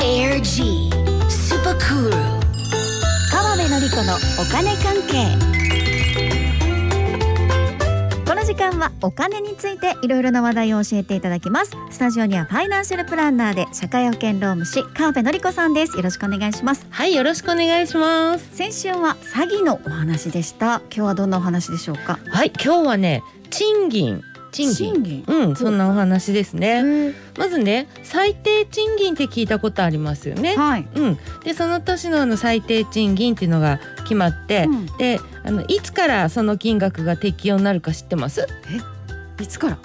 G スーパークール川辺典子のお金関係この時間はお金についていろいろな話題を教えていただきますスタジオにはファイナンシャルプランナーで社会保険労務士川辺典子さんですよろしくお願いしますはい、よろしくお願いします。先週は詐欺のお話でした今日はどんなお話でしょうかはい、今日はね、賃金、賃金。うん、そんなお話ですね。まずね、最低賃金って聞いたことありますよね。はい、うん、で、その年のあの最低賃金っていうのが決まって、うんで、あのいつからその金額が適用になるか知ってます。いつから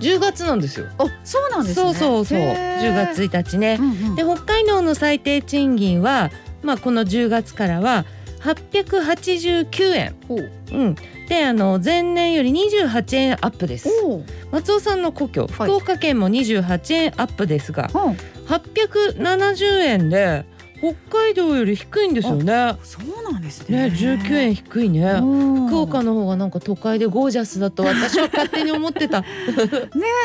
10月なんですよ。あそうなんですねそうそうそう、へー10月1日ねう。んうんで、北海道の最低賃金は、まあ、この10月からは889円。ほううん、であの前年より28円アップですおう松尾さんの故郷はい福岡県も28円アップですが、うん870円で北海道より低いんですよねそうなんですねね19円低いね福福岡の方がなんか都会でゴージャスだと私は勝手に思ってたねね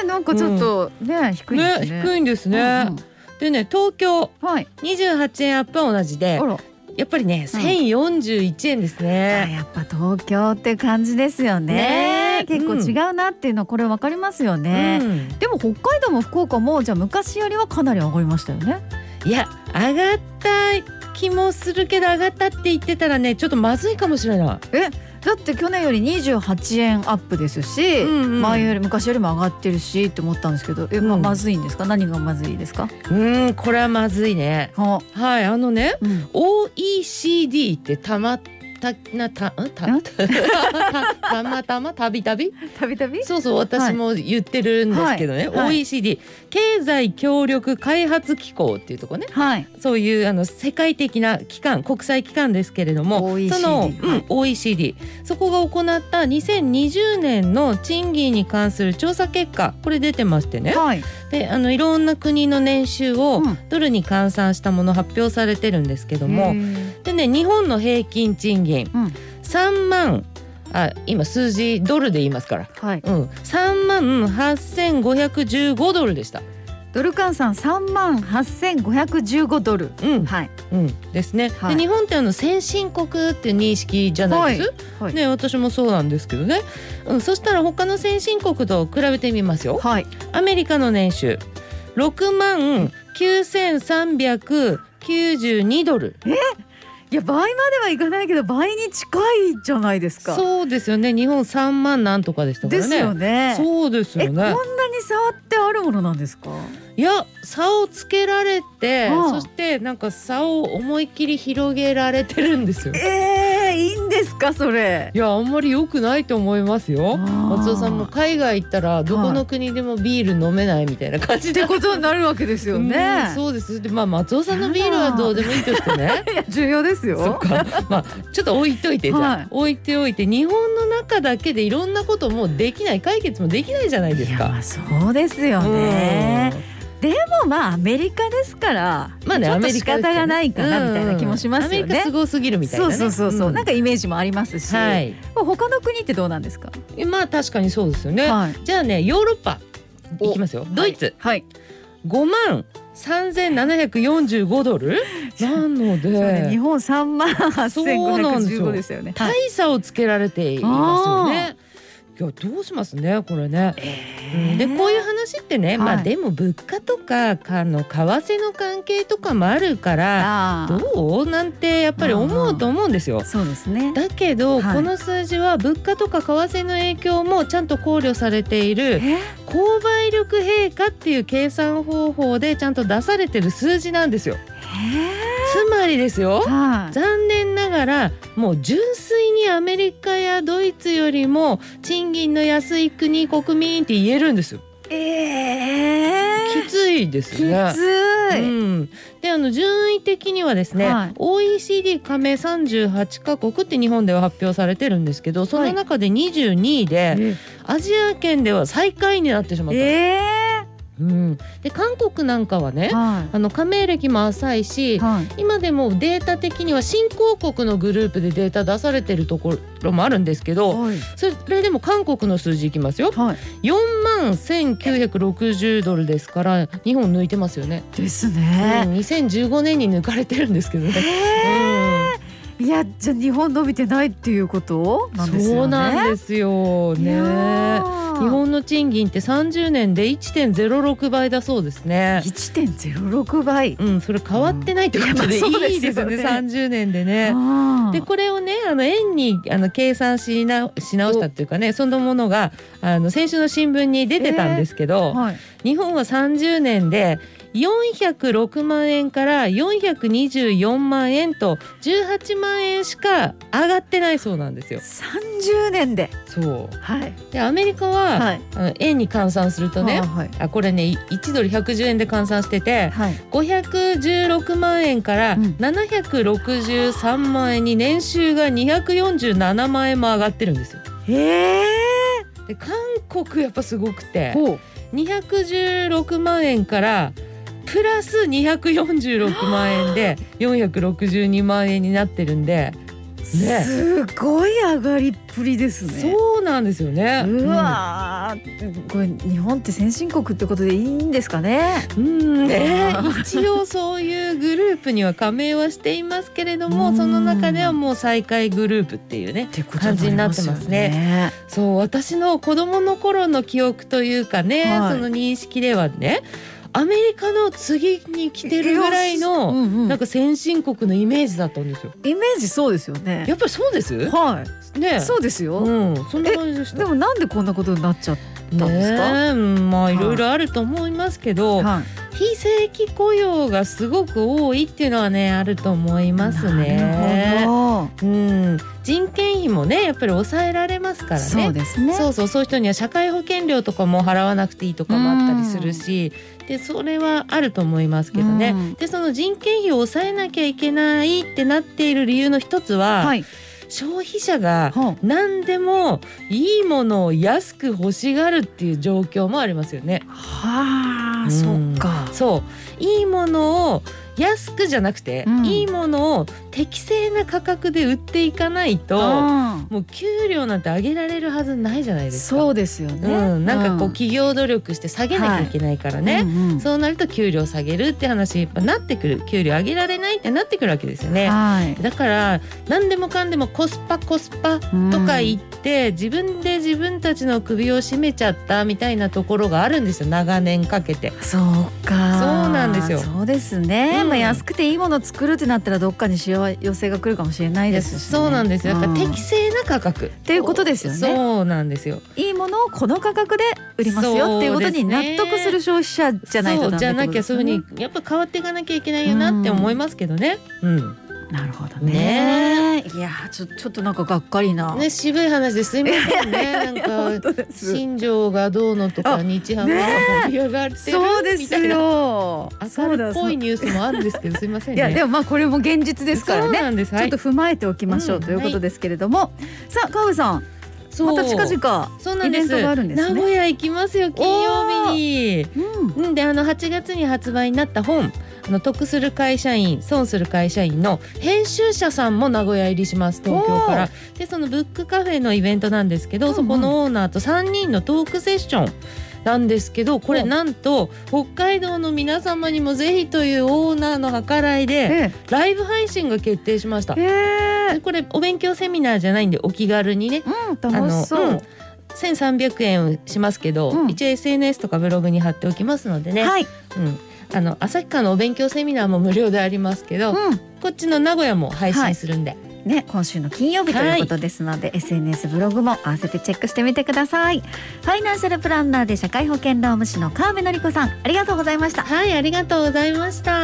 なんかちょっとね低いですね低いんですね、うんでね東京うんはい28円アップは同じあでらやっぱりね1041円ですね、あやっぱ東京って感じですよねねえ結構違うなっていうのはこれわかりますよね、うんでも北海道も福岡もじゃあ昔よりはかなり上がりましたよねいや上がった気もするけど上がったって言ってたらねちょっとまずいかもしれなだって去年より28円アップですし、い、うん前より昔よりも上がってるしって思ったんですけどえ、まあうんまずいんですか何がまずいですかうんこれはまずいねは、はいあのねうん OECD ってたまたなたんた んたたまたまたびたびたびたびそうそう私も言ってるんですけどね、はいはい OECD 経済協力開発機構っていうとこねはいそういうあの世界的な機関国際機関ですけれども OECD その、はういん、OECD そこが行った2020年の賃金に関する調査結果これ出てましてねはい、であのいろんな国の年収をうんドルに換算したもの発表されてるんですけどへもーでね日本の平均賃金うん3万あ今数字ドルで言いますから。はいうん、3万8515ドルでした、ドル換算3万8515ドルうんはいうん、ですね、はいで日本ってあの先進国っていう認識じゃないです、はいはいね、私もそうなんですけどね、うん、そしたら他の先進国と比べてみますよはいアメリカの年収6万9392ドルいや倍まではいかないけど倍に近いじゃないですか。そうですよね日本3万なんとかでしたかでらすねよね。そうですえよこんなねに差ってあるものなんですか。いや差をつけられて、うんそしてなんか差を思いっきり広げられてるんですよえー、いいんですかそれ。いやあんまり良くないと思いますよ松松尾さんも海外行ったらどこの国でもビール飲めないみたいな感じっでてことになるわけですよね。うんそうですでまあ松尾さんのビールはどうでもいいとしてねいや重要です そっよ。かまあちょっと置いといてじゃあ、はい置いておいて日本の中だけでいろんなこともうできない解決もできないじゃないですいやまか。あそうですよね。うんでもまあアメリカですから、まあねちょアっとメ仕リカですか方らがないかなみたいな気もしますようんアメリカねす。ごすぎるみたいなそうね。そうそうそう、んなんかイメージもありますし、はいまあ他の国ってどうなんですか。えまあ確かにそうですよね。はい。じゃあねヨーロッパいきますよ。ドイツ、はい。 5万3745ドルなのそうね日で本三万八千五そうな百んです十五よですよね。はい大差をつけられていますよね。いやどうしますねこれね。うんでこういう話ってね、まはあいでも物価とかかあの為替の関係とかもあるからあーどうなんてやっぱり思うと思うんですよ。そうですね。だけど、はいこの数字は物価とか為替の影響もちゃんと考慮されているえ購買力平価っていう計算方法でちゃんと出されてる数字なんですよ。つまりですよはい。残念ながらもう純粋にアメリカやドイツよりも賃金の安い国国民って言えるんですよ。えきついできすつい。ね。うはん、であの順位的にはですね、はい OECD 加盟38カ国って日本では発表されてるんですけどその中で22位で、いアジア圏では最下位になってしまった、えうん、で韓国なんかはねはあの加盟歴も浅いしい。はい。今でもデータ的には新興国のグループでデータ出されてるところもあるんですけどはい。それでも韓国の数字いきますよはい。 4万1960ドルですから日本抜いてますよね、ですうね。ん2015年に抜かれてるんですけどね、いや、じゃあ日本伸びてないっていうことうんなんですよね。そうなんですよいやねー日本の賃金って30年で1.06倍だそうですね1.06倍。うん、それ変わってないってことでうんまあいいですよそね、うですよね30年でね。あーでこれをねあの円にあの計算しなし直したっていうかねそのものがあの先週の新聞に出てたんですけど、はい。日本は30年で406万円から424万円と18万円しか上がってないそうなんですよ。 30年で。そうはい。でアメリカは、はいあの円に換算するとねあーはい。あこれね1ドル110円で換算しててはい。 516万円からうん763万円に年収が247万円も上がってるんですよ。ええで韓国やっぱすごくー。てほう。 216万円からプラス246万円で462万円になってるんで、すごい上がりっぷりですね。そうなんですよね。うわー、これ日本って先進国ってことでいいんですかね。うん、うんね、一応そういうグループには加盟はしていますけれどうもんその中ではもう最下位グループっていうねってこと感じになってますね。そう私の子供の頃の記憶というかね、はいその認識ではねアメリカの次に来てるぐらいうんのうんなんか先進国のイメージだったんですよ。イメージそうですよね。やっぱりそうですねはえい、そうですよ。うん、そんな感じでしたでもなんでこんなことになっちゃっなんですかねえうんまあいいろいろあると思いますけど、た。はい非正規雇用がすごく多いっていうのはねあると思いますなるね。ほうん、人件費もねやっぱり抑えられますからど。ね。そうですね。そうそうそういう人には社会保険料とかも払わなくていいとかもあったりするし、でそれはあると思いますけどね、うんでその人件費を抑えなきゃいけないってなっている理由の一つは、はい。消費者がは何でもいいものを安く欲しがるっていう状況もありますよね。あ、うんそっか。そういいものを安くじゃなくて、うんいいものを適正な価格で売っていかないとうんもう給料なんて上げられるはずないじゃないですか。そうですよね。うん、なんかこうう企業努力して下げなきゃいけないからね、うんうんそうなると給料下げるって話やっぱなってくる給料上げられないってなってくるわけですよね。はい。だから何でもかんでもコスパコスパととか言って、自分で自分たちの首を絞めちゃったみたいなところがあるんですよ長年かけて。そうか。そうなんですよそうですね。うんまあ安くていいものを作るってなったらどっかにしわ寄せが来るかもしれないですし、ね。そうなんですよ。だからうん適正な価格、ていうことですよねそうなんですよ。いいものをこの価格で売りますよっていうことにそうです納ね得する消費者じゃないとそうダメじゃなってこときゃですそうよねいうふうにやっぱ変わっていかなきゃいけないよなって思いますけどね。うんなるほどね。いやーちょちょっとなんかがっかりな。ね、渋い話ですいませんね。なん 本か当です。新庄がどうのとかあ日ハムが盛り上がってるそうでみすたいなよ。明るっそぽういだニュースもあるんですけどすいませんいね。やでもまあこれも現実ですからそうね。なんです。ちょっとはい踏まえておきましょう、うんということですけれども、さあ川部さんそうまた近々そうなんでイすベントがあるんですね名古屋行きますよ金曜日に。うんうんであの8月に発売になった本あの得する会社員損する会社員の編集者さんも名古屋入りします東京からでそのブックカフェのイベントなんですけど、うんうんそこのオーナーと3人のトークセッションなんですけどこれほうなんと北海道の皆様にもぜひというオーナーの計らいえでライブ配信が決定しましたえ。えでこれお勉強セミナーじゃないんでお気軽にねうんあ楽のしそう、うん1300円しますけど、うん一応 SNS とかブログに貼っておきますのでね、はい、うん、あの旭川のお勉強セミナーも無料でありますけど、うこっちの名古屋も配信するんで、ん、ね今週の金曜日ということですので、SNS ブログも合わせてチェックしてみてくださいファイナンシャルプランナーで社会保険労務士の川辺典子さんありがとうございましたはい、ありがとうございました。